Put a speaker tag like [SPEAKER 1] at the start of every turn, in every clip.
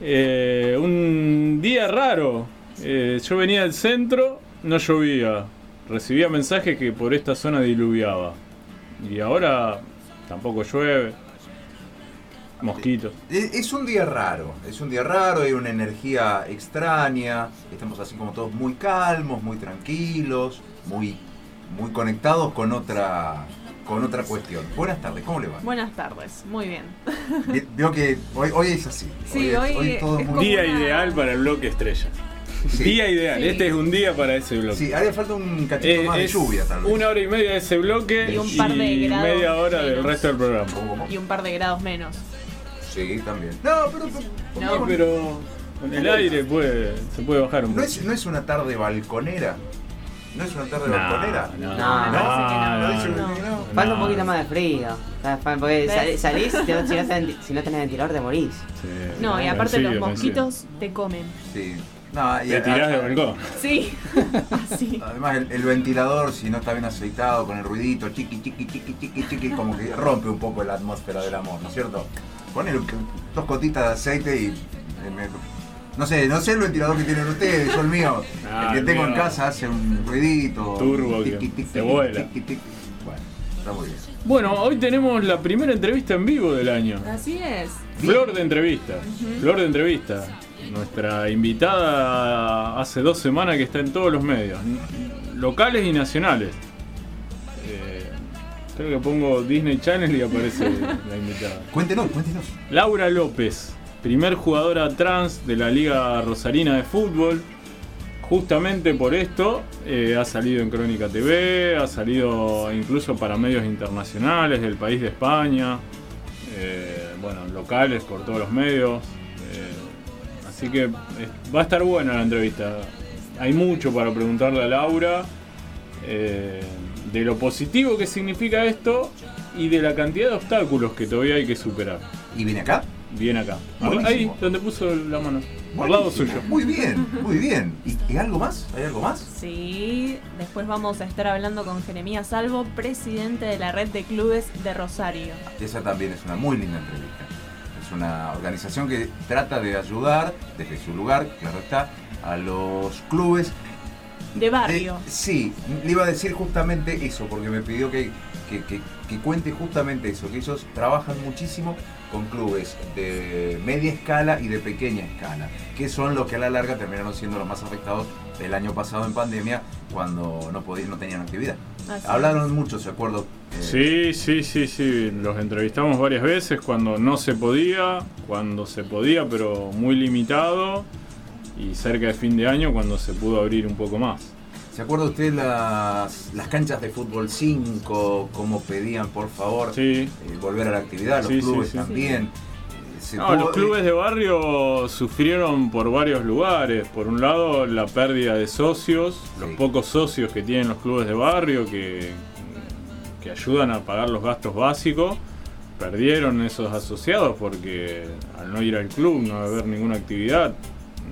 [SPEAKER 1] Eh, un día raro. Eh, yo venía del centro, no llovía. Recibía mensajes que por esta zona diluviaba. Y ahora tampoco llueve. Mosquitos.
[SPEAKER 2] Es es un día raro, es un día raro, hay una energía extraña, estamos así como todos muy calmos, muy tranquilos, muy, muy conectados con otra, con otra cuestión. Buenas tardes, ¿cómo le va?
[SPEAKER 3] Buenas tardes, muy bien.
[SPEAKER 2] Ve- Veo que hoy, hoy es así.
[SPEAKER 3] Sí,
[SPEAKER 2] es-
[SPEAKER 3] hoy
[SPEAKER 2] todo
[SPEAKER 3] es
[SPEAKER 2] muy...
[SPEAKER 3] como-
[SPEAKER 1] Día
[SPEAKER 3] una-
[SPEAKER 1] ideal para el bloque estrella.
[SPEAKER 2] Sí.
[SPEAKER 1] Día ideal.
[SPEAKER 3] Sí.
[SPEAKER 1] Este es un día para ese bloque.
[SPEAKER 2] Sí, haría falta un cachito
[SPEAKER 1] Eh,
[SPEAKER 2] más de
[SPEAKER 1] es
[SPEAKER 2] lluvia tal vez.
[SPEAKER 1] Una hora y media de ese bloque
[SPEAKER 2] Y
[SPEAKER 1] y,
[SPEAKER 2] un
[SPEAKER 3] par de grados
[SPEAKER 1] media hora del
[SPEAKER 3] menos.
[SPEAKER 1] resto del programa.
[SPEAKER 2] ¿Cómo, cómo?
[SPEAKER 3] Y un par de grados menos.
[SPEAKER 2] Sí, también. No, pero... pero-
[SPEAKER 3] No,
[SPEAKER 1] No, pero con el aire puede, se puede bajar un
[SPEAKER 2] ¿No
[SPEAKER 1] poco.
[SPEAKER 2] es, ¿No es una tarde balconera? ¿No es una tarde
[SPEAKER 1] No,
[SPEAKER 2] balconera?
[SPEAKER 1] no,
[SPEAKER 4] No, me
[SPEAKER 2] parece que no.
[SPEAKER 1] no,
[SPEAKER 2] No, no.
[SPEAKER 4] Falta un poquito más de frío. Fa- fa- Porque
[SPEAKER 3] ¿Ves?
[SPEAKER 4] sal- salís, te- si, no ten- si no tenés ventilador te morís.
[SPEAKER 1] Sí,
[SPEAKER 3] No, y
[SPEAKER 1] me
[SPEAKER 3] aparte
[SPEAKER 1] sigue,
[SPEAKER 3] los
[SPEAKER 1] me sigue.
[SPEAKER 3] mosquitos te comen.
[SPEAKER 2] Sí. No, y
[SPEAKER 1] Te tirás
[SPEAKER 2] a-
[SPEAKER 1] del balcón.
[SPEAKER 3] Sí, así.
[SPEAKER 2] Además, el, el ventilador, si no está bien aceitado, con el ruidito, chiqui, chiqui, chiqui, chiqui, chiqui, como que rompe un poco la atmósfera del amor, ¿no es cierto? Ponle un- dos gotitas de aceite y... eh, me- no sé, no sé el ventilador que tienen ustedes, yo el mío.
[SPEAKER 1] Ah,
[SPEAKER 2] el que
[SPEAKER 1] el
[SPEAKER 2] tengo en
[SPEAKER 1] mío.
[SPEAKER 2] casa hace un ruidito.
[SPEAKER 1] Turbo que te vuela.
[SPEAKER 2] Bueno, está muy bien.
[SPEAKER 1] Bueno, hoy tenemos la primera entrevista en vivo del año.
[SPEAKER 3] Así es.
[SPEAKER 1] Flor de entrevista. Flor de entrevista. Nuestra invitada hace dos semanas que está en todos los medios, n- locales y nacionales. Eh, creo que pongo Disney Channel y aparece la invitada.
[SPEAKER 2] Cuéntenos, cuéntenos.
[SPEAKER 1] Laura López, primer jugadora trans de la Liga Rosarina de Fútbol. Justamente por esto eh, ha salido en Crónica TV, ha salido incluso para medios internacionales del país de España, eh, bueno, locales por todos los medios. eh, así que eh, va a estar buena la entrevista. Hay mucho para preguntarle a Laura eh, de lo positivo que significa esto y de la cantidad de obstáculos que todavía hay que superar.
[SPEAKER 2] ¿Y viene acá?
[SPEAKER 1] Bien acá.
[SPEAKER 2] Buenísimo.
[SPEAKER 1] Ahí, donde puso la mano. Al
[SPEAKER 2] Buenísimo.
[SPEAKER 1] lado suyo.
[SPEAKER 2] Muy bien, muy bien. ¿Y, y algo más? ¿Hay algo más?
[SPEAKER 3] Sí, después vamos a estar hablando con Jeremías Salvo, presidente de la red de clubes de Rosario.
[SPEAKER 2] Esa también es una muy linda entrevista. Es una organización que trata de ayudar, desde su lugar, claro está, a los clubes.
[SPEAKER 3] De barrio.
[SPEAKER 2] De- sí, le iba a decir justamente eso, porque me pidió que, que- que- que cuente justamente eso, que ellos trabajan muchísimo con clubes de media escala y de pequeña escala, que son los que a la larga terminaron siendo los más afectados del año pasado en pandemia, cuando no, podían, no tenían actividad.
[SPEAKER 3] Así
[SPEAKER 2] Hablaron mucho, ¿se acuerdo? Eh,
[SPEAKER 1] Sí, sí, sí, sí. Los entrevistamos varias veces cuando no se podía, cuando se podía, pero muy limitado. Y cerca de fin de año cuando se pudo abrir un poco más.
[SPEAKER 2] ¿Se acuerda usted las, las canchas de fútbol 5? ¿Cómo pedían, por favor,
[SPEAKER 1] Sí.
[SPEAKER 2] eh, volver a la actividad? Los
[SPEAKER 1] Sí, sí,
[SPEAKER 2] clubes
[SPEAKER 1] sí.
[SPEAKER 2] también. Eh, se
[SPEAKER 1] No,
[SPEAKER 2] pudo-
[SPEAKER 1] los clubes de barrio sufrieron por varios lugares. Por un lado, la pérdida de socios, los
[SPEAKER 2] Sí.
[SPEAKER 1] pocos socios que tienen los clubes de barrio que, que ayudan a pagar los gastos básicos. Perdieron esos asociados porque al no ir al club, no haber ninguna actividad,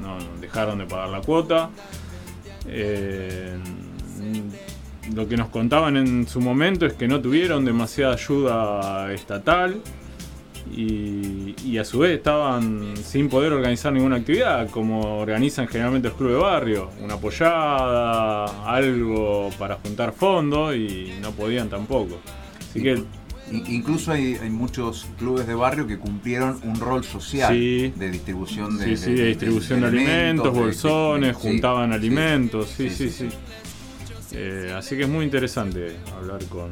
[SPEAKER 1] no dejaron de pagar la cuota. Eh, lo que nos contaban en su momento es que no tuvieron demasiada ayuda estatal y, y a su vez estaban sin poder organizar ninguna actividad, como organizan generalmente los clubes de barrio, una apoyada, algo para juntar fondos y no podían tampoco. Así que
[SPEAKER 2] In- Incluso hay, hay muchos clubes de barrio que cumplieron un rol social
[SPEAKER 1] Sí.
[SPEAKER 2] de distribución de,
[SPEAKER 1] sí, sí, de distribución de, alimentos,
[SPEAKER 2] de- de-
[SPEAKER 1] bolsones,
[SPEAKER 2] sí,
[SPEAKER 1] juntaban
[SPEAKER 2] sí.
[SPEAKER 1] alimentos, sí, sí,
[SPEAKER 2] Sí, sí,
[SPEAKER 1] sí. Eh, así que es muy interesante hablar con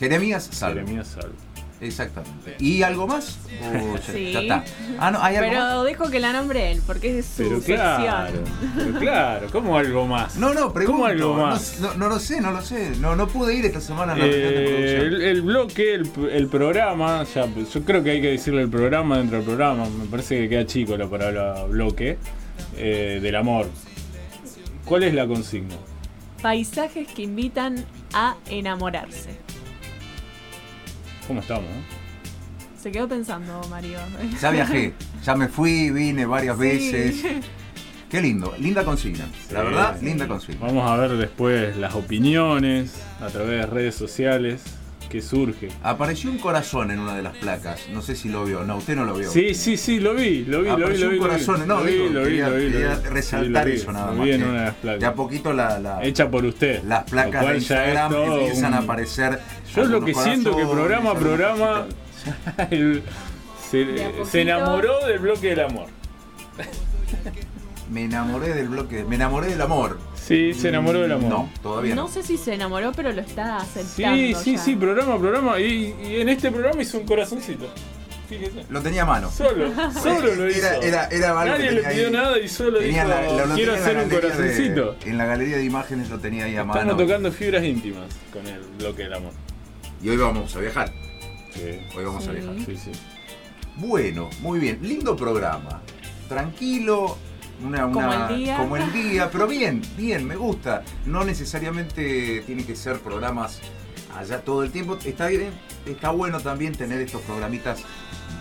[SPEAKER 2] Jeremías Salvo.
[SPEAKER 1] Jeremías Salvo.
[SPEAKER 2] Exactamente. ¿Y algo más? O ya-
[SPEAKER 3] Sí.
[SPEAKER 2] ya está. Ah, no, hay algo más?
[SPEAKER 3] Pero dejo que la nombre él, porque es su
[SPEAKER 1] Pero
[SPEAKER 3] sección.
[SPEAKER 1] claro, pero claro, ¿cómo algo más?
[SPEAKER 2] No, no, pregunto.
[SPEAKER 1] ¿Cómo algo
[SPEAKER 2] No-
[SPEAKER 1] más?
[SPEAKER 2] No, no lo sé, no lo sé. No, no pude ir esta semana a la reunión de
[SPEAKER 1] Eh,
[SPEAKER 2] producción.
[SPEAKER 1] el, el bloque, el, el programa, ya, yo creo que hay que decirle el programa dentro del programa, me parece que queda chico la palabra bloque, eh, del amor. ¿Cuál es la consigna?
[SPEAKER 3] Paisajes que invitan a enamorarse.
[SPEAKER 1] ¿Cómo estamos? eh?
[SPEAKER 3] Se quedó pensando, Mario.
[SPEAKER 2] Ya viajé, ya me fui, vine varias
[SPEAKER 3] Sí.
[SPEAKER 2] veces. Qué lindo, linda consigna. La
[SPEAKER 1] Sí.
[SPEAKER 2] verdad, linda consigna.
[SPEAKER 1] Vamos a ver después las opiniones a través de redes sociales. que surge.
[SPEAKER 2] Apareció un corazón en una de las placas. No sé si lo vio. No, usted no lo vio.
[SPEAKER 1] Sí, sí, sí, lo vi, lo vi, lo vi, lo
[SPEAKER 2] Apareció un
[SPEAKER 1] vi. lo vi.
[SPEAKER 2] corazón. No,
[SPEAKER 1] Lo vi,
[SPEAKER 2] digo,
[SPEAKER 1] lo vi,
[SPEAKER 2] quería-
[SPEAKER 1] lo vi, lo vi.
[SPEAKER 2] quería
[SPEAKER 1] Sí, lo
[SPEAKER 2] resaltar
[SPEAKER 1] vi,
[SPEAKER 2] eso nada
[SPEAKER 1] lo
[SPEAKER 2] más.
[SPEAKER 1] vi en
[SPEAKER 2] que
[SPEAKER 1] una de las placas.
[SPEAKER 2] De a poquito la, la-
[SPEAKER 1] Hecha por usted.
[SPEAKER 2] las
[SPEAKER 1] lo
[SPEAKER 2] placas
[SPEAKER 1] cual
[SPEAKER 2] de
[SPEAKER 1] ya es
[SPEAKER 2] Instagram
[SPEAKER 1] todo
[SPEAKER 2] empiezan a
[SPEAKER 1] un-
[SPEAKER 2] aparecer.
[SPEAKER 1] Yo lo
[SPEAKER 2] algunos
[SPEAKER 1] que siento que
[SPEAKER 2] corazones,
[SPEAKER 1] programa a
[SPEAKER 2] algunos
[SPEAKER 1] programa
[SPEAKER 2] cositas.
[SPEAKER 1] el-
[SPEAKER 3] De a poquito.
[SPEAKER 1] se, se enamoró del bloque del amor.
[SPEAKER 2] Me enamoré del bloque. Me enamoré del amor.
[SPEAKER 1] Sí, se enamoró del amor.
[SPEAKER 2] No, todavía no.
[SPEAKER 3] No sé si se enamoró, pero lo está aceptando.
[SPEAKER 1] Sí, sí,
[SPEAKER 3] ya.
[SPEAKER 1] sí, programa a programa. Y, y en este programa hizo un corazoncito. Fíjese.
[SPEAKER 2] Lo tenía a mano.
[SPEAKER 1] Solo, solo lo hizo.
[SPEAKER 2] Era, era, era algo
[SPEAKER 1] Nadie
[SPEAKER 2] que
[SPEAKER 1] le
[SPEAKER 2] tenía
[SPEAKER 1] pidió
[SPEAKER 2] ahí.
[SPEAKER 1] nada y solo dijo,
[SPEAKER 2] Tenía la- lo-
[SPEAKER 1] quiero
[SPEAKER 2] lo tenía en la
[SPEAKER 1] hacer un
[SPEAKER 2] galería de-
[SPEAKER 1] corazoncito.
[SPEAKER 2] en la galería de imágenes lo tenía ahí a
[SPEAKER 1] Estamos
[SPEAKER 2] mano.
[SPEAKER 1] tocando fibras íntimas con el bloque del amor.
[SPEAKER 2] Y hoy vamos a viajar.
[SPEAKER 1] Sí,
[SPEAKER 2] Hoy vamos a
[SPEAKER 3] Sí.
[SPEAKER 2] viajar.
[SPEAKER 1] sí, sí.
[SPEAKER 2] Bueno, muy bien. Lindo programa. Tranquilo. Una,
[SPEAKER 3] Como
[SPEAKER 2] una-
[SPEAKER 3] el día.
[SPEAKER 2] como el día, pero bien, bien, me gusta. No necesariamente tiene que ser programas allá todo el tiempo. Está bien, está bueno también tener estos programitas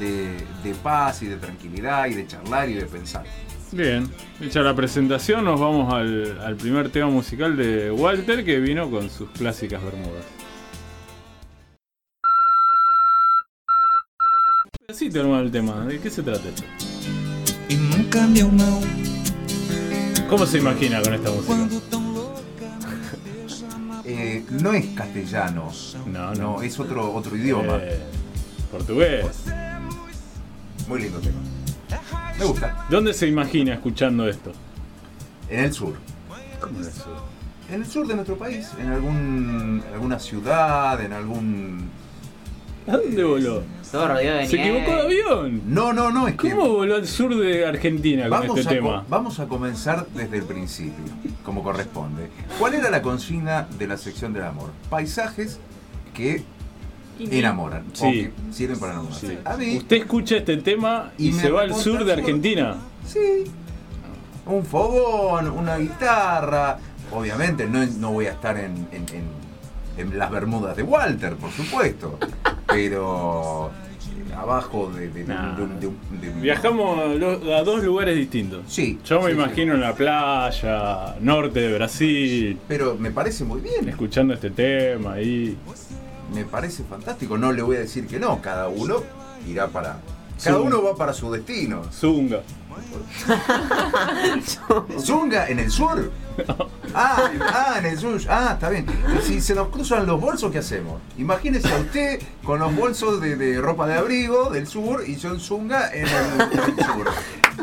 [SPEAKER 2] de, de paz y de tranquilidad y de charlar y de pensar.
[SPEAKER 1] Bien, hecha la presentación, nos vamos al, al primer tema musical de Walter que vino con sus clásicas bermudas. Así te arma el tema, ¿de qué se trata esto?
[SPEAKER 5] E nunca me não
[SPEAKER 1] ¿Cómo se imagina con esta música?
[SPEAKER 5] quando tão louca me beija na
[SPEAKER 2] Eh, no es castellano,
[SPEAKER 1] No,
[SPEAKER 2] no,
[SPEAKER 1] no.
[SPEAKER 2] es otro, otro idioma.
[SPEAKER 1] Eh, portugués.
[SPEAKER 2] Muy lindo tema. Me gusta.
[SPEAKER 1] ¿Dónde se imagina escuchando esto?
[SPEAKER 2] En el sur.
[SPEAKER 1] ¿Cómo lo hace?
[SPEAKER 2] En el sur de nuestro país, en algún, alguna ciudad, en algún...
[SPEAKER 1] ¿A dónde voló?
[SPEAKER 4] Todo rodeado de
[SPEAKER 1] ¿Se
[SPEAKER 4] nieve.
[SPEAKER 1] equivocó de avión?
[SPEAKER 2] No, no, no, es que...
[SPEAKER 1] ¿Cómo voló al sur de Argentina con
[SPEAKER 2] Vamos,
[SPEAKER 1] este
[SPEAKER 2] a, co-
[SPEAKER 1] tema?
[SPEAKER 2] vamos a comenzar desde el principio, como corresponde. ¿Cuál era la consigna de la sección del amor? Paisajes que
[SPEAKER 3] Y-
[SPEAKER 2] enamoran, o
[SPEAKER 1] Sí.
[SPEAKER 2] que sirven para enamorar.
[SPEAKER 1] Sí.
[SPEAKER 2] A mí,
[SPEAKER 1] Usted escucha este tema y,
[SPEAKER 2] Y me
[SPEAKER 1] se va al
[SPEAKER 2] remonta
[SPEAKER 1] sur
[SPEAKER 2] al
[SPEAKER 1] de
[SPEAKER 2] sur.
[SPEAKER 1] Argentina.
[SPEAKER 2] sí, un fogón, una guitarra. Obviamente no, no voy a estar en, en- en- en las Bermudas de Walter, por supuesto, pero eh, abajo de, de- de-
[SPEAKER 1] Nah.
[SPEAKER 2] de un- de un- de un-
[SPEAKER 1] Viajamos a lo- a dos lugares distintos.
[SPEAKER 2] Sí.
[SPEAKER 1] Yo me
[SPEAKER 2] sí, sí.
[SPEAKER 1] imagino en la playa, norte de Brasil,
[SPEAKER 2] Pero me parece muy bien.
[SPEAKER 1] escuchando este tema ahí.
[SPEAKER 2] me parece fantástico. No le voy a decir que no, cada uno irá para. Cada
[SPEAKER 1] Sí.
[SPEAKER 2] uno va para su destino.
[SPEAKER 1] Zunga.
[SPEAKER 2] Zunga en el sur. Ah, ah, en el sur. Ah, está bien. Y si se nos cruzan los bolsos, ¿qué hacemos? Imagínese a usted con los bolsos de, de ropa de abrigo del sur y yo en Zunga en el, en el sur.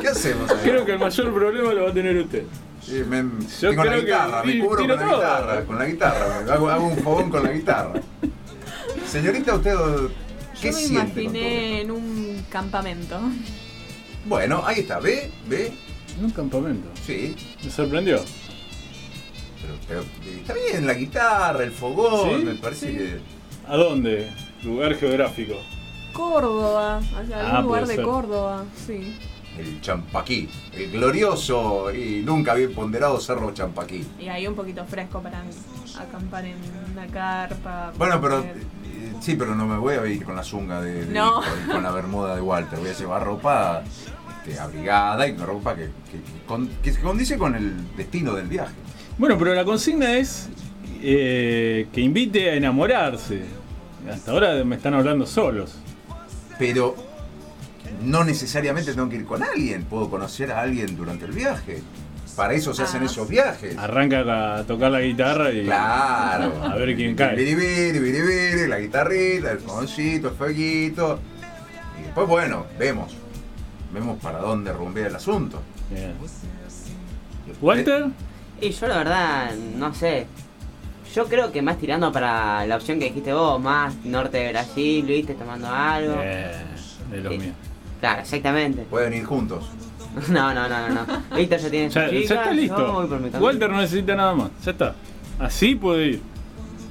[SPEAKER 2] ¿Qué hacemos? ahí?
[SPEAKER 1] Creo que el mayor problema lo va a tener usted.
[SPEAKER 2] Eh, me-
[SPEAKER 1] Yo
[SPEAKER 2] tengo la
[SPEAKER 1] creo que
[SPEAKER 2] guitarra, me
[SPEAKER 1] tiro
[SPEAKER 2] cubro con la
[SPEAKER 1] todo.
[SPEAKER 2] guitarra, con la guitarra, me- hago, hago un fogón con la guitarra. Señorita, usted
[SPEAKER 3] Yo
[SPEAKER 2] ¿qué siente con
[SPEAKER 3] me
[SPEAKER 2] todo esto?
[SPEAKER 3] imaginé en un campamento.
[SPEAKER 2] Bueno, ahí está, ve, ve,
[SPEAKER 1] En un campamento.
[SPEAKER 2] sí.
[SPEAKER 1] Me sorprendió.
[SPEAKER 2] Pero, pero, eh, está bien, la guitarra, el fogón,
[SPEAKER 1] Sí,
[SPEAKER 2] me parece
[SPEAKER 1] sí.
[SPEAKER 2] que.
[SPEAKER 1] ¿A dónde? Lugar geográfico.
[SPEAKER 3] Córdoba, o sea, algún
[SPEAKER 1] Ah,
[SPEAKER 3] lugar
[SPEAKER 1] puede
[SPEAKER 3] de
[SPEAKER 1] ser.
[SPEAKER 3] Córdoba, sí.
[SPEAKER 2] El champaquí, el glorioso y nunca bien ponderado cerro champaquí.
[SPEAKER 3] Y ahí un poquito fresco para acampar en una carpa.
[SPEAKER 2] Bueno, pero.
[SPEAKER 3] porque-
[SPEAKER 2] eh, Sí, pero no me voy a ir con la zunga de, de-
[SPEAKER 3] No.
[SPEAKER 2] con, con la bermuda de Walter. Voy a llevar ropa este, abrigada y ropa que, que, que con- que se condice con el destino del viaje.
[SPEAKER 1] Bueno, pero la consigna es eh, que invite a enamorarse. Hasta ahora me están hablando solos.
[SPEAKER 2] Pero no necesariamente tengo que ir con alguien. Puedo conocer a alguien durante el viaje. Para eso se hacen
[SPEAKER 3] Ah.
[SPEAKER 2] esos viajes.
[SPEAKER 1] Arranca a tocar la guitarra y.
[SPEAKER 2] Claro.
[SPEAKER 1] A ver quién
[SPEAKER 2] Biri,
[SPEAKER 1] cae.
[SPEAKER 2] biri, biri, biri, la guitarrita, el fogoncito, el fueguito. Y después, bueno, vemos. Vemos para dónde rumbea el asunto.
[SPEAKER 1] Bien. ¿Walter?
[SPEAKER 4] Y yo la verdad, no sé. Yo creo que más tirando para la opción que dijiste vos, más norte de Brasil, viste, tomando
[SPEAKER 1] Eh,
[SPEAKER 4] algo.
[SPEAKER 1] Bien, de los
[SPEAKER 4] Sí.
[SPEAKER 1] míos.
[SPEAKER 4] Claro, exactamente.
[SPEAKER 2] Pueden ir juntos.
[SPEAKER 4] No, no, no, no. no. Víctor ya tiene su
[SPEAKER 1] Ya, ya
[SPEAKER 4] chica,
[SPEAKER 1] está
[SPEAKER 4] yo voy
[SPEAKER 1] listo.
[SPEAKER 4] por mi camino.
[SPEAKER 1] Walter no necesita nada más. Ya está. Así puede ir.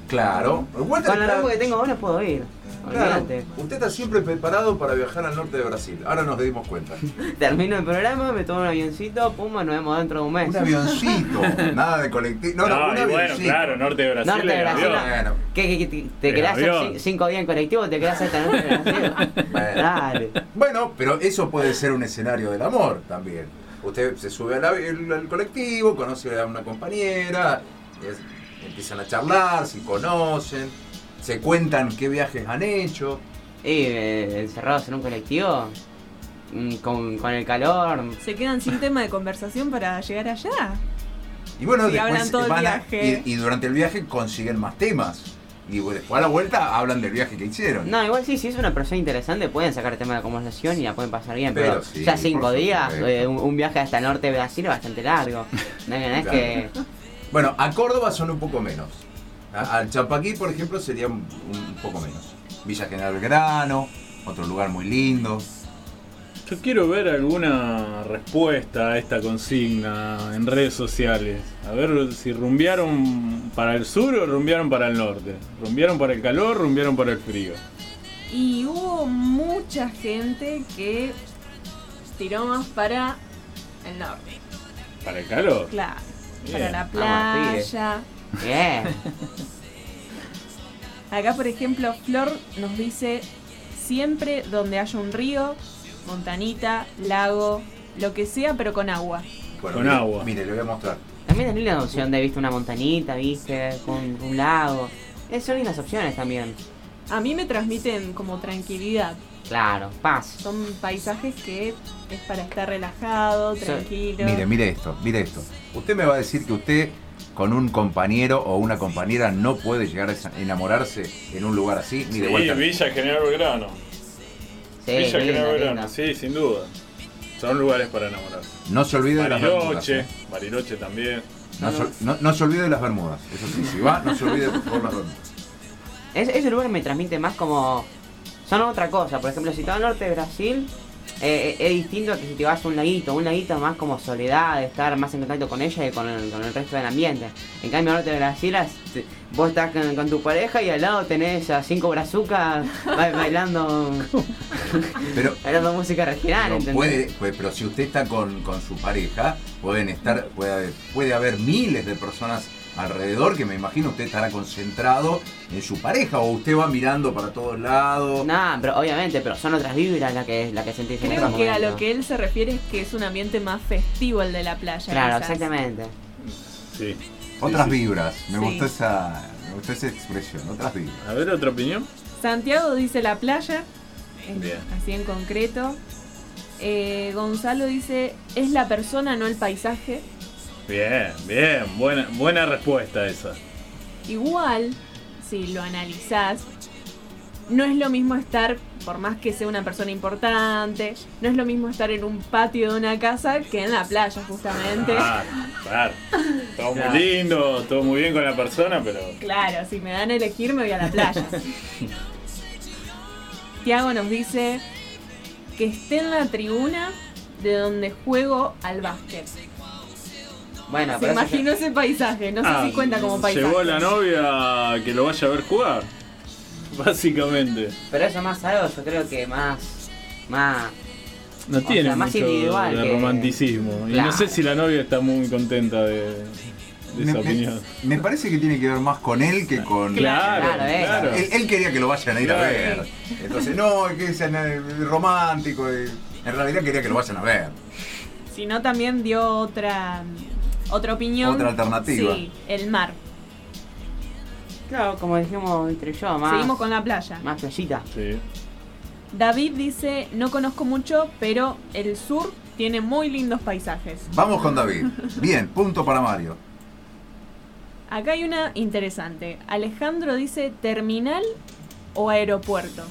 [SPEAKER 2] Claro. Walter
[SPEAKER 4] Con la
[SPEAKER 2] está-
[SPEAKER 4] ropa que tengo ahora puedo ir.
[SPEAKER 2] Claro,
[SPEAKER 4] Olvídate.
[SPEAKER 2] usted está siempre preparado para viajar al norte de Brasil. Ahora nos dimos cuenta.
[SPEAKER 4] Termino el programa, me tomo un avioncito, pum, nos vemos dentro de un mes.
[SPEAKER 2] Un avioncito, nada de colectivo. No, no, un
[SPEAKER 1] Ah, y bueno,
[SPEAKER 2] avioncito.
[SPEAKER 1] claro, norte de Brasil.
[SPEAKER 4] Norte de
[SPEAKER 1] el
[SPEAKER 4] Brasil,
[SPEAKER 1] avión.
[SPEAKER 2] Bueno,
[SPEAKER 4] ¿Qué, qué, qué, te- te
[SPEAKER 1] El
[SPEAKER 4] quedás hacer
[SPEAKER 1] avión.
[SPEAKER 4] cin- cinco días en colectivo? ¿Te quedás hasta el norte de Brasil?
[SPEAKER 2] bueno.
[SPEAKER 4] Dale.
[SPEAKER 2] Bueno, pero eso puede ser un escenario del amor también. Usted se sube al, avi- al- al colectivo, conoce a una compañera, es- empiezan a charlar, se conocen. se cuentan qué viajes han hecho.
[SPEAKER 4] Y eh, encerrados en un colectivo, mm, con, con el calor.
[SPEAKER 3] Se quedan sin tema de conversación para llegar allá.
[SPEAKER 2] Y bueno,
[SPEAKER 3] Sí, hablan
[SPEAKER 2] después
[SPEAKER 3] todo el
[SPEAKER 2] van a-
[SPEAKER 3] viaje.
[SPEAKER 2] y, y durante el viaje consiguen más temas. Y bueno, después a la vuelta hablan del viaje que hicieron.
[SPEAKER 4] No, igual sí, si es una persona interesante, pueden sacar tema de conversación y la pueden pasar bien, pero,
[SPEAKER 2] Pero sí,
[SPEAKER 4] ya
[SPEAKER 2] por
[SPEAKER 4] cinco
[SPEAKER 2] supuesto.
[SPEAKER 4] días, eh, un, un viaje hasta el norte de Brasil es bastante largo. No, no es
[SPEAKER 2] Claro.
[SPEAKER 4] que.
[SPEAKER 2] Bueno, a Córdoba son un poco menos. A- Al Chapaquí, por ejemplo, sería un, un poco menos. Villa General Grano, otro lugar muy lindo.
[SPEAKER 1] Yo quiero ver alguna respuesta a esta consigna en redes sociales. A ver si rumbearon para el sur o rumbearon para el norte. Rumbearon para el calor, rumbearon para el frío.
[SPEAKER 3] Y hubo mucha gente que tiró más para el norte.
[SPEAKER 1] Para el calor.
[SPEAKER 3] Claro. Para
[SPEAKER 1] Bien,
[SPEAKER 3] la
[SPEAKER 4] vamos, pibe.
[SPEAKER 3] playa.
[SPEAKER 4] Bien.
[SPEAKER 3] Acá, por ejemplo, Flor nos dice siempre donde haya un río, montanita, lago, lo que sea, pero con agua.
[SPEAKER 2] Bueno,
[SPEAKER 1] Con
[SPEAKER 2] mire-
[SPEAKER 1] agua.
[SPEAKER 2] Mire, le voy a mostrar.
[SPEAKER 4] También es linda la opción de, viste, una montañita, viste, con un lago. Eh, son lindas opciones también.
[SPEAKER 3] A mí me transmiten como tranquilidad.
[SPEAKER 4] Claro, paz.
[SPEAKER 3] Son paisajes que es para estar relajado,
[SPEAKER 4] Sí.
[SPEAKER 3] tranquilo.
[SPEAKER 2] Mire, mire esto, mire esto. Usted me va a decir que usted con un compañero o una compañera no puede llegar a esa- enamorarse en un lugar así, ni de vuelta.
[SPEAKER 1] General Belgrano.
[SPEAKER 4] Sí, linda, linda.
[SPEAKER 1] sí, sin duda. Son lugares para enamorarse.
[SPEAKER 2] No se olvide de las Bermudas.
[SPEAKER 1] Bariloche,
[SPEAKER 2] ¿eh?
[SPEAKER 1] Bariloche también.
[SPEAKER 2] No, se- no- no se olvide de las Bermudas. Eso sí, si va, no se olvide por favor, las Bermudas.
[SPEAKER 4] Es, ese lugar me transmite más como. Son otra cosa. Por ejemplo, si te vas al norte de Brasil, eh, eh, es distinto a que si te vas a un laguito. Un laguito es más como soledad, estar más en contacto con ella y con el, con el resto del ambiente. En cambio, al norte de Brasil, as- te- vos estás con, con tu pareja y al lado tenés a cinco brazucas ba- bailando,
[SPEAKER 2] Pero
[SPEAKER 4] bailando música regional,
[SPEAKER 2] Pero,
[SPEAKER 4] ¿entendés?
[SPEAKER 2] puede, puede- pero si usted está con, con su pareja, pueden estar, puede haber, puede haber miles de personas alrededor que me imagino usted estará concentrado en su pareja o usted va mirando para todos lados.
[SPEAKER 4] Nah, pero obviamente, pero son otras vibras las que, las que sentís en
[SPEAKER 3] Creo
[SPEAKER 4] otro
[SPEAKER 3] que a
[SPEAKER 4] momento.
[SPEAKER 3] lo que él se refiere es que es un ambiente más festivo el de la playa.
[SPEAKER 4] Claro,
[SPEAKER 3] quizás.
[SPEAKER 4] exactamente.
[SPEAKER 1] Sí.
[SPEAKER 2] Otras
[SPEAKER 1] Sí, sí.
[SPEAKER 2] vibras. Me
[SPEAKER 3] Sí.
[SPEAKER 2] gustó esa, me gustó esa expresión, otras vibras.
[SPEAKER 1] A ver, otra opinión.
[SPEAKER 3] Santiago dice la playa, en-
[SPEAKER 1] Bien.
[SPEAKER 3] así en concreto. Eh, Gonzalo dice es la persona, no el paisaje.
[SPEAKER 1] Bien, bien. Buena, buena respuesta esa.
[SPEAKER 3] Igual, si lo analizás, no es lo mismo estar, por más que sea una persona importante, no es lo mismo estar en un patio de una casa que en la playa, justamente.
[SPEAKER 1] Claro, Ah, claro. Todo
[SPEAKER 4] Claro.
[SPEAKER 1] muy lindo, todo muy bien con la persona, pero.
[SPEAKER 3] Claro, si me dan a elegir me voy a la playa. Tiago nos dice que esté en la tribuna de donde juego al básquet.
[SPEAKER 2] Ah,
[SPEAKER 4] Bueno,
[SPEAKER 3] Se
[SPEAKER 4] pero eso ya-
[SPEAKER 3] imaginó ese paisaje, no sé
[SPEAKER 1] Ah,
[SPEAKER 3] si cuenta como paisaje.
[SPEAKER 1] Llegó la novia a que lo vaya a ver jugar. Básicamente.
[SPEAKER 4] Pero eso más algo, yo creo que más. Más.
[SPEAKER 1] No
[SPEAKER 4] O
[SPEAKER 1] tiene
[SPEAKER 4] sea, más
[SPEAKER 1] mucho
[SPEAKER 4] individual
[SPEAKER 1] de
[SPEAKER 4] que-
[SPEAKER 1] romanticismo. Y no
[SPEAKER 4] Claro.
[SPEAKER 1] sé si la novia está muy contenta de, de
[SPEAKER 2] Me,
[SPEAKER 1] esa
[SPEAKER 2] me-
[SPEAKER 1] opinión.
[SPEAKER 2] me parece que tiene que ver más con él que con.
[SPEAKER 1] Claro,
[SPEAKER 4] Claro, eh.
[SPEAKER 1] claro.
[SPEAKER 2] Él, él quería que lo vayan a ir a
[SPEAKER 1] Claro.
[SPEAKER 2] ver. Entonces, no, es que sean eh, romántico. eh. En realidad quería que lo vayan a ver.
[SPEAKER 3] Si no, también dio otra, otra opinión.
[SPEAKER 2] Otra alternativa.
[SPEAKER 3] Sí, el mar.
[SPEAKER 4] Claro, como dijimos entre yo, más.
[SPEAKER 3] Seguimos con la playa.
[SPEAKER 4] Más playita.
[SPEAKER 1] Sí.
[SPEAKER 3] David dice, no conozco mucho, pero el sur tiene muy lindos paisajes.
[SPEAKER 2] Vamos con David. Bien, punto para Mario.
[SPEAKER 3] Acá hay una interesante. Alejandro dice terminal o aeropuerto.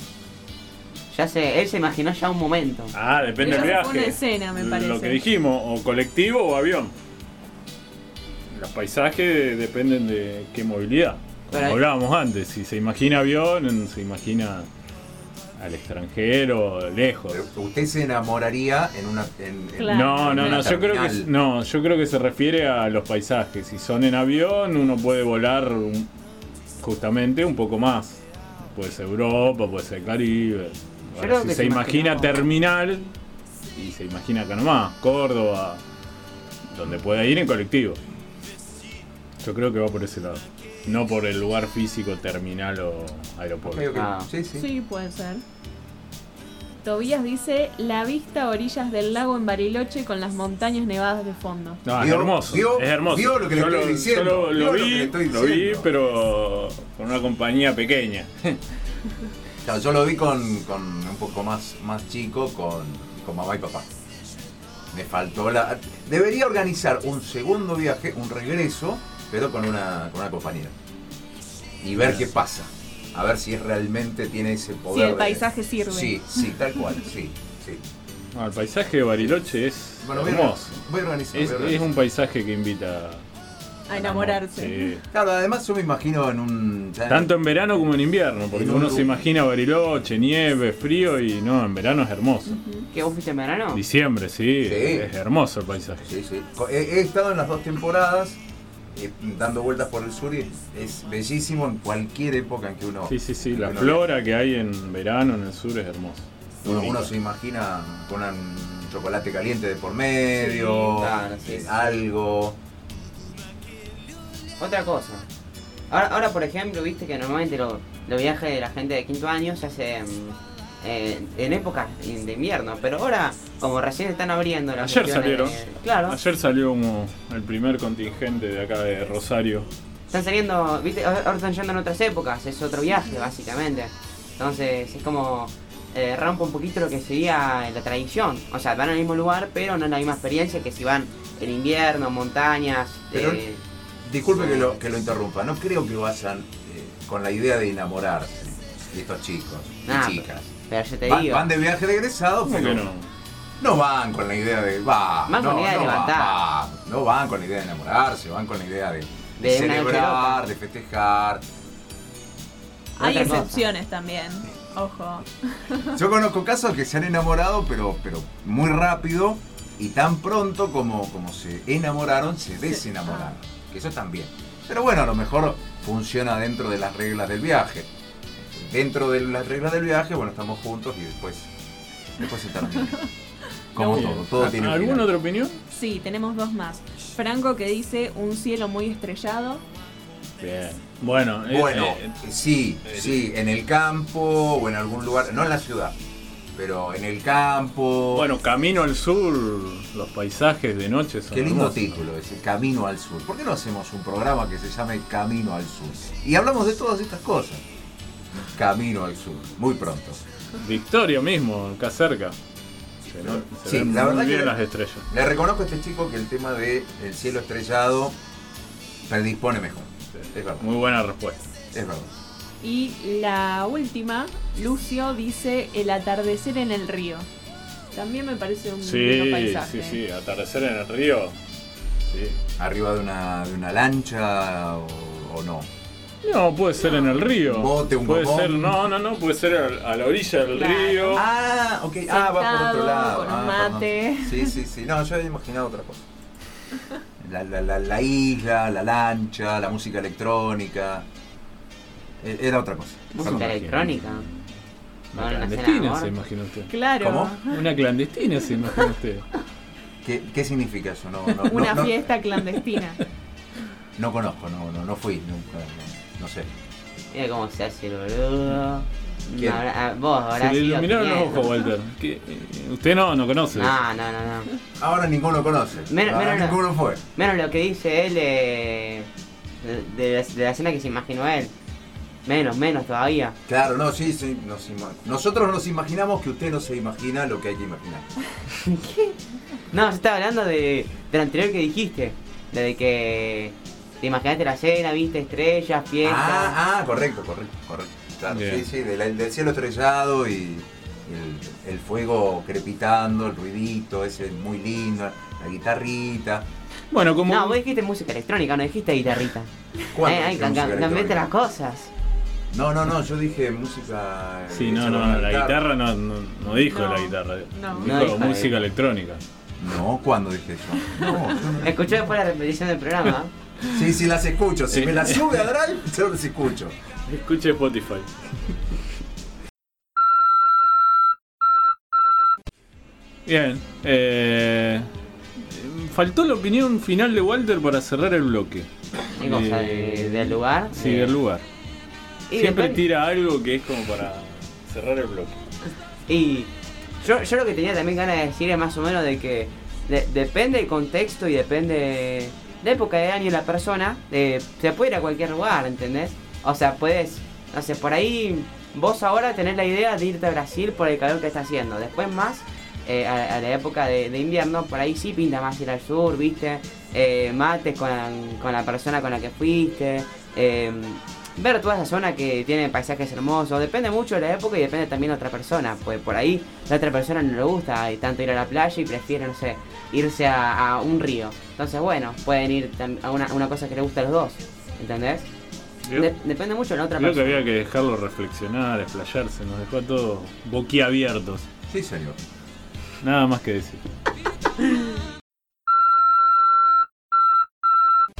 [SPEAKER 4] Ya sé, él se imaginó ya un momento.
[SPEAKER 1] Ah, depende
[SPEAKER 3] Eso
[SPEAKER 1] del
[SPEAKER 3] fue
[SPEAKER 1] viaje.
[SPEAKER 3] una escena, me parece.
[SPEAKER 1] Lo que dijimos, o colectivo o avión. Los paisajes dependen de qué movilidad. Como
[SPEAKER 4] Pero hay-
[SPEAKER 1] hablábamos antes, si se imagina avión, se imagina al extranjero, lejos.
[SPEAKER 2] Pero Usted se enamoraría en una. en- en-
[SPEAKER 3] Claro.
[SPEAKER 1] No, no,
[SPEAKER 2] en
[SPEAKER 1] no,
[SPEAKER 2] una
[SPEAKER 1] yo creo que
[SPEAKER 2] terminal.
[SPEAKER 1] no, yo creo que se refiere a los paisajes. Si son en avión, uno puede volar un- justamente un poco más. Puede ser Europa, puede ser Caribe. Ahora,
[SPEAKER 4] creo
[SPEAKER 1] si se,
[SPEAKER 4] que se
[SPEAKER 1] imagina
[SPEAKER 4] imaginó-
[SPEAKER 1] terminal y se imagina acá nomás, Córdoba, donde puede ir en colectivo. Yo creo que va por ese lado. No por el lugar físico, terminal o
[SPEAKER 2] Ok,
[SPEAKER 1] aeropuerto.
[SPEAKER 2] ok.
[SPEAKER 4] Ah.
[SPEAKER 2] Sí, sí.
[SPEAKER 3] Sí, puede ser. Tobías dice la vista a orillas del lago en Bariloche con las montañas nevadas de fondo.
[SPEAKER 1] No, es
[SPEAKER 2] Vio-
[SPEAKER 1] hermoso.
[SPEAKER 2] vio-
[SPEAKER 1] es hermoso.
[SPEAKER 2] vio lo que le
[SPEAKER 1] Yo
[SPEAKER 2] estoy diciendo,
[SPEAKER 1] yo lo, lo
[SPEAKER 2] vio lo que
[SPEAKER 1] vi,
[SPEAKER 2] le estoy
[SPEAKER 1] lo vi,
[SPEAKER 2] diciendo.
[SPEAKER 1] pero con una compañía pequeña.
[SPEAKER 2] Claro, yo lo vi con, con un poco más, más chico, con, con mamá y papá. Me faltó la. Debería organizar un segundo viaje, un regreso, pero con una, con una compañera. Y ver qué pasa. A ver si es realmente tiene ese poder.
[SPEAKER 3] el
[SPEAKER 2] de-
[SPEAKER 3] paisaje sirve.
[SPEAKER 2] Sí, sí, tal cual, sí. sí.
[SPEAKER 1] No, el paisaje de Bariloche es
[SPEAKER 2] Bueno, voy a,
[SPEAKER 1] hermoso.
[SPEAKER 2] voy a organizar.
[SPEAKER 1] Es,
[SPEAKER 2] voy a
[SPEAKER 1] es
[SPEAKER 2] organizar.
[SPEAKER 1] un paisaje que invita
[SPEAKER 3] A enamorarse.
[SPEAKER 1] sí.
[SPEAKER 2] Claro, además yo me imagino en un. ya en-
[SPEAKER 1] tanto en verano como en invierno, porque
[SPEAKER 2] En un
[SPEAKER 1] uno
[SPEAKER 2] lu-
[SPEAKER 1] se imagina Bariloche, nieve, frío y no, en verano es hermoso.
[SPEAKER 4] ¿Qué vos fuiste en verano?
[SPEAKER 1] Diciembre, sí,
[SPEAKER 2] Sí.
[SPEAKER 1] es hermoso el paisaje.
[SPEAKER 2] Sí, sí. Co- He, he estado en las dos temporadas eh, dando vueltas por el sur y es, es bellísimo en cualquier época en que uno.
[SPEAKER 1] Sí, sí, sí,
[SPEAKER 2] en que
[SPEAKER 1] la
[SPEAKER 2] uno
[SPEAKER 1] flora que hay en verano en el sur es hermosa.
[SPEAKER 2] Uno,
[SPEAKER 1] Bonita.
[SPEAKER 2] uno se imagina con un chocolate caliente de por medio,
[SPEAKER 4] Sí, claro, sí,
[SPEAKER 2] eh,
[SPEAKER 4] sí.
[SPEAKER 2] algo.
[SPEAKER 4] Otra cosa. Ahora, ahora, por ejemplo, viste que normalmente lo- los viajes de la gente de quinto año se hacen eh, en épocas in- de invierno, pero ahora, como recién están abriendo las
[SPEAKER 1] Ayer
[SPEAKER 4] cuestiones
[SPEAKER 1] salieron.
[SPEAKER 4] de- claro.
[SPEAKER 1] Ayer salió como el primer contingente de acá de Rosario.
[SPEAKER 4] Están saliendo, viste, ahora ahora están yendo en otras épocas, es otro viaje, básicamente. Entonces, es como... eh, rompe un poquito lo que sería la tradición. O sea, van al mismo lugar, pero no es la misma experiencia que si van en invierno, montañas...
[SPEAKER 2] Pero-
[SPEAKER 4] eh,
[SPEAKER 2] Disculpe que lo, que lo interrumpa, no creo que vayan eh, con la idea de enamorarse de estos chicos y
[SPEAKER 4] Ah,
[SPEAKER 2] chicas.
[SPEAKER 4] pero yo te
[SPEAKER 2] Va-
[SPEAKER 4] digo...
[SPEAKER 2] van de viaje de egresado,
[SPEAKER 1] ¿Cómo
[SPEAKER 2] pero
[SPEAKER 1] que no?
[SPEAKER 2] no van con la idea de. Va,
[SPEAKER 4] Van con
[SPEAKER 2] no,
[SPEAKER 4] la idea de
[SPEAKER 2] no va-
[SPEAKER 4] levantar.
[SPEAKER 2] va, no van con la idea de enamorarse, van con la idea de, de
[SPEAKER 4] De una
[SPEAKER 2] celebrar,
[SPEAKER 4] noche loca.
[SPEAKER 2] de festejar.
[SPEAKER 3] Hay
[SPEAKER 4] Otra cosa.
[SPEAKER 3] excepciones también. Ojo.
[SPEAKER 2] Yo conozco casos que se han enamorado, pero, pero muy rápido y tan pronto como, como se enamoraron, se desenamoraron. Que eso también. Pero bueno, a lo mejor funciona dentro de las reglas del viaje. Dentro de las reglas del viaje, bueno, estamos juntos y después, después se termina. Como
[SPEAKER 1] Bien.
[SPEAKER 2] todo, todo tiene un
[SPEAKER 1] ¿Alguna
[SPEAKER 2] final.
[SPEAKER 1] otra opinión?
[SPEAKER 3] Sí, tenemos dos más. Franco que dice un cielo muy estrellado.
[SPEAKER 1] Bien. Bueno, eh,
[SPEAKER 2] Bueno,
[SPEAKER 1] eh,
[SPEAKER 2] sí, sí, en el campo o en algún lugar, no en la ciudad, pero en el campo.
[SPEAKER 1] bueno, camino al sur, los paisajes de noche son
[SPEAKER 2] Qué lindo
[SPEAKER 1] hermosos.
[SPEAKER 2] título ese, Camino al Sur. ¿Por qué no hacemos un programa que se llame Camino al Sur? Y hablamos de todas estas cosas. Camino al Sur, muy pronto.
[SPEAKER 1] Victoria mismo, acá cerca. Se, no- se
[SPEAKER 2] Sí,
[SPEAKER 1] ven
[SPEAKER 2] la
[SPEAKER 1] muy
[SPEAKER 2] verdad
[SPEAKER 1] bien
[SPEAKER 2] que-
[SPEAKER 1] las estrellas.
[SPEAKER 2] Le reconozco a este chico que el tema del el cielo estrellado predispone mejor. Es verdad,
[SPEAKER 1] Muy buena respuesta.
[SPEAKER 2] es verdad.
[SPEAKER 3] Y la última, Lucio dice el atardecer en el río. También me parece un lindo
[SPEAKER 1] Sí,
[SPEAKER 3] paisaje.
[SPEAKER 1] sí, sí, atardecer en el río. Sí.
[SPEAKER 2] Arriba de una, de una lancha o, o no.
[SPEAKER 1] No, puede ser en el río.
[SPEAKER 2] Un bote, un
[SPEAKER 1] puede
[SPEAKER 2] gomón.
[SPEAKER 1] ser, no, no, no, puede ser al- a la orilla del
[SPEAKER 3] Claro.
[SPEAKER 1] río.
[SPEAKER 2] Ah, ok, ah, va por
[SPEAKER 3] Sentado,
[SPEAKER 2] otro lado.
[SPEAKER 3] con un
[SPEAKER 2] Ah, perdón.
[SPEAKER 3] mate.
[SPEAKER 2] Sí, sí, sí. No, yo había imaginado otra cosa. La, la- la- la isla, la lancha, la música electrónica. E- Era otra cosa.
[SPEAKER 4] Música
[SPEAKER 2] Perdón.
[SPEAKER 4] electrónica.
[SPEAKER 3] Ah,
[SPEAKER 1] Una
[SPEAKER 4] Bueno, cena de
[SPEAKER 1] clandestina
[SPEAKER 4] amor.
[SPEAKER 1] se imagina usted.
[SPEAKER 3] Claro.
[SPEAKER 2] ¿Cómo?
[SPEAKER 1] Una clandestina se imagina usted.
[SPEAKER 2] ¿Qué, qué significa eso? No, no, no-
[SPEAKER 3] Una
[SPEAKER 2] no-
[SPEAKER 3] fiesta clandestina.
[SPEAKER 2] no conozco, no, no, no fui nunca. No, no sé.
[SPEAKER 4] Mira cómo se hace el boludo.
[SPEAKER 2] ¿Quién?
[SPEAKER 4] No, habrá- ah, vos habrás
[SPEAKER 1] Se le
[SPEAKER 4] ido
[SPEAKER 1] iluminaron los
[SPEAKER 4] teniendo.
[SPEAKER 1] ojos, Walter. ¿Qué? Eh, Usted no, no conoce.
[SPEAKER 4] No, no, no, no.
[SPEAKER 2] Ahora ninguno conoce.
[SPEAKER 4] Mira,
[SPEAKER 2] Ahora
[SPEAKER 4] mira,
[SPEAKER 2] ninguno fue.
[SPEAKER 4] Menos lo que dice él eh, de, de la, de la escena que se imaginó él. Menos, menos todavía.
[SPEAKER 2] Claro, no, sí, sí. nos ima- nosotros nos imaginamos que usted no se imagina lo que hay que imaginar.
[SPEAKER 4] No, yo estaba hablando de, de lo anterior que dijiste. De que te imaginaste la cena, viste estrellas, fiestas.
[SPEAKER 2] Ah, ah, correcto, correcto, correcto. Claro,
[SPEAKER 1] Bien.
[SPEAKER 2] sí, sí, del, del cielo estrellado y el, el fuego crepitando, el ruidito, ese muy lindo, la guitarrita.
[SPEAKER 1] Bueno, como.
[SPEAKER 4] No, vos dijiste música electrónica, no dijiste guitarrita.
[SPEAKER 2] ¿Cuándo
[SPEAKER 4] Eh, ay,
[SPEAKER 2] dije música
[SPEAKER 4] cambiaste
[SPEAKER 2] electrónica?
[SPEAKER 4] las cosas.
[SPEAKER 2] No, no, no, yo dije música. eh,
[SPEAKER 1] Sí, no,
[SPEAKER 2] hecha
[SPEAKER 1] no,
[SPEAKER 2] con
[SPEAKER 1] la guitarra no, no, no dijo
[SPEAKER 3] No,
[SPEAKER 1] la guitarra.
[SPEAKER 3] no.
[SPEAKER 1] Dijo
[SPEAKER 4] No dijo la
[SPEAKER 1] música
[SPEAKER 4] guitarra.
[SPEAKER 1] electrónica.
[SPEAKER 2] No, ¿cuándo dije yo? No, yo no.
[SPEAKER 4] Escuché después la repetición del programa. ¿eh?
[SPEAKER 2] Sí, sí, las escucho. Si
[SPEAKER 1] Eh.
[SPEAKER 2] me las sube a Drive, yo las escucho.
[SPEAKER 1] Escuche Spotify. Bien. eh, faltó la opinión final de Walter para cerrar el bloque.
[SPEAKER 4] ¿Qué cosa? de- ¿Del lugar?
[SPEAKER 1] Sí,
[SPEAKER 4] Eh,
[SPEAKER 1] del lugar.
[SPEAKER 4] y
[SPEAKER 1] Siempre
[SPEAKER 4] después-
[SPEAKER 1] tira algo que es como para cerrar el bloque.
[SPEAKER 4] Y Yo, yo lo que tenía también ganas de decir es más o menos de que de- depende del contexto y depende la época del año y la persona. eh, se puede ir a cualquier lugar, ¿entendés? O sea, puedes, no sé, por ahí vos ahora tenés la idea de irte a Brasil por el calor que está haciendo. Después más, eh, a, a la época de, de invierno, por ahí sí pinta más ir al sur, ¿viste? Eh, mates con, con la persona con la que fuiste. eh, ver toda esa zona que tiene paisajes hermosos. Depende mucho de la época y depende también de otra persona. Pues por ahí la otra persona no le gusta y tanto ir a la playa y prefiere, no sé, irse a, a un río. Entonces, bueno, pueden ir tam- a una, a una cosa que le gusta a los dos. ¿Entendés?
[SPEAKER 1] Yo
[SPEAKER 4] De- depende mucho de la otra
[SPEAKER 1] Creo que
[SPEAKER 4] persona.
[SPEAKER 1] había que dejarlo reflexionar, explayarse, nos dejó a todos boquiabiertos.
[SPEAKER 2] Sí, señor.
[SPEAKER 1] Nada más que decir.